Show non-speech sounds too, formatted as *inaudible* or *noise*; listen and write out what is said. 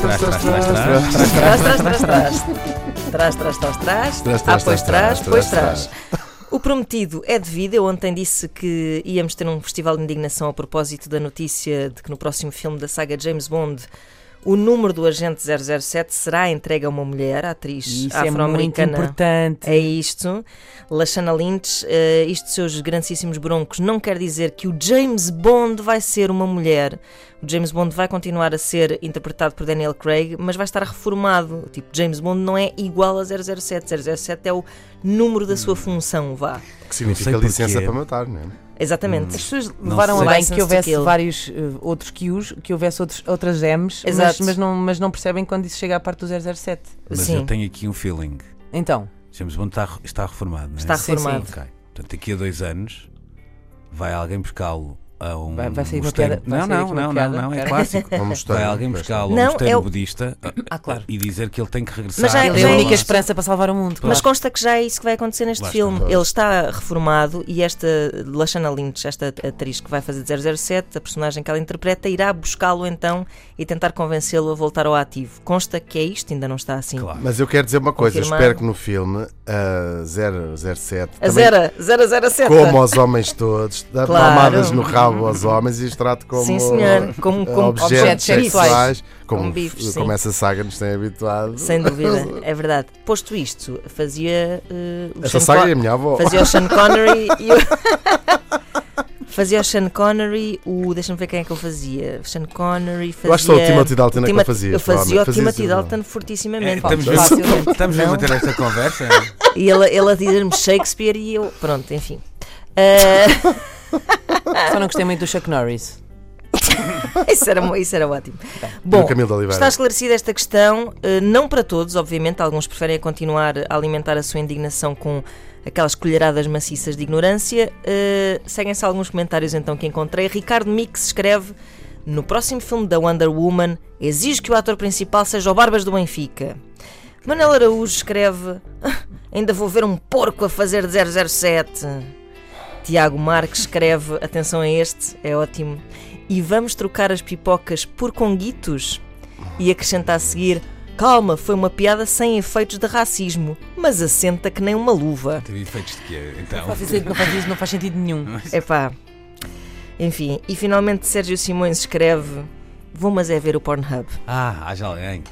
Tras, tras, tras, tras, Trás, trás, trás, trás. Trás, trás, trás, trás. Trás, Ah, trás, pois trás, trás, trás, pois trás, trás. O prometido é devido. Eu ontem disse que íamos ter um festival de indignação a propósito da notícia de que no próximo filme da saga James Bond o número do agente 007 será entregue a uma mulher, a atriz Isso é muito afro-americana. importante. É isto. Lashana Lynch, eh, isto seus grandíssimos broncos, não quer dizer que o James Bond vai ser uma mulher. O James Bond vai continuar a ser interpretado por Daniel Craig, mas vai estar reformado. Tipo, James Bond não é igual a 007. 007 é o número da Hum. sua função, vá. Que significa Não sei licença porquê. para matar, não é? Exatamente. Hum. As pessoas levaram sei. a bem License que to houvesse kill. vários eh, outros Qs, que houvesse outros, outras Ms, mas, Exato. mas não, mas não percebem quando isso chega à parte do 007. Mas Sim, eu tenho aqui um feeling. Então, James Bond está, está reformado, não é? está Sim, sim. reformado. Ok. Portanto, daqui a dois anos vai alguém buscá-lo a um. Vai- vai sair uma mosteiro- piada- vai Não, sair não, aqui uma não, não, piada, não, é espera. clássico. Vamos Vai alguém buscá-lo a um Não, mosteiro é o- budista ah, claro. e dizer que ele tem que regressar. Mas já- para Ele é a já- única lá. esperança para salvar o mundo. Mas claro. consta que já é isso que vai acontecer neste Lá está. filme. Claro. Ele está reformado e esta Lashana Lynch, esta atriz que vai fazer de 007, a personagem que ela interpreta, irá buscá-lo então e tentar convencê-lo a voltar ao ativo. Consta que é isto, ainda não está assim. Claro. Mas eu quero dizer uma coisa, Confirmado. espero que no filme a 007 A também zera, 007. como aos homens todos, dá Claro. palmadas no rabo aos homens e os trate como, eh, Sim, senhor. Como, como objetos, objetos sexuais, sexuais. como, Como bifes, como sim. essa saga nos tem habituado. Sem dúvida, é verdade. Posto isto, fazia. eh, o Essa Sean saga Con- é a minha avó. Fazia o *laughs* Sean Connery e o. *laughs* Fazia o Sean Connery, o. Deixa-me ver quem é que eu fazia. O Sean Connery fazia. Eu acho que só o Timothy Dalton é que eu Timothy- fazia. Eu fazia o provavelmente. Timothy isso, não? Dalton É, fortissimamente. estamos Fácil. mesmo- *laughs* estamos mesmo a Não. ter esta conversa. E ele, ele a dizer-me Shakespeare e eu. Pronto, enfim. Ah, Só não gostei muito do Chuck Norris. *laughs* isso, era, mo- isso era ótimo. E o Bom, Camilo de Oliveira. está esclarecida esta questão. eh, não para todos, obviamente. Alguns preferem continuar a alimentar a sua indignação com aquelas colheradas maciças de ignorância. Eh, Seguem-se alguns comentários então que encontrei. Ricardo Mix escreve. No próximo filme da Wonder Woman, exige que o ator principal seja o Barbas do Benfica. Manuel Araújo escreve: *laughs* Ainda vou ver um porco a fazer de 007. Tiago Marques escreve: Atenção a este, é ótimo. E vamos trocar as pipocas por conguitos? E acrescenta a seguir: Calma, foi uma piada sem efeitos de racismo, mas assenta que nem uma luva. Teve efeitos de quê? Então. Não faz sentido, não faz, isso, não faz sentido nenhum. Epá. Enfim, e finalmente Sérgio Simões escreve: Vou, mas é ver o Pornhub. Ah, haja alguém.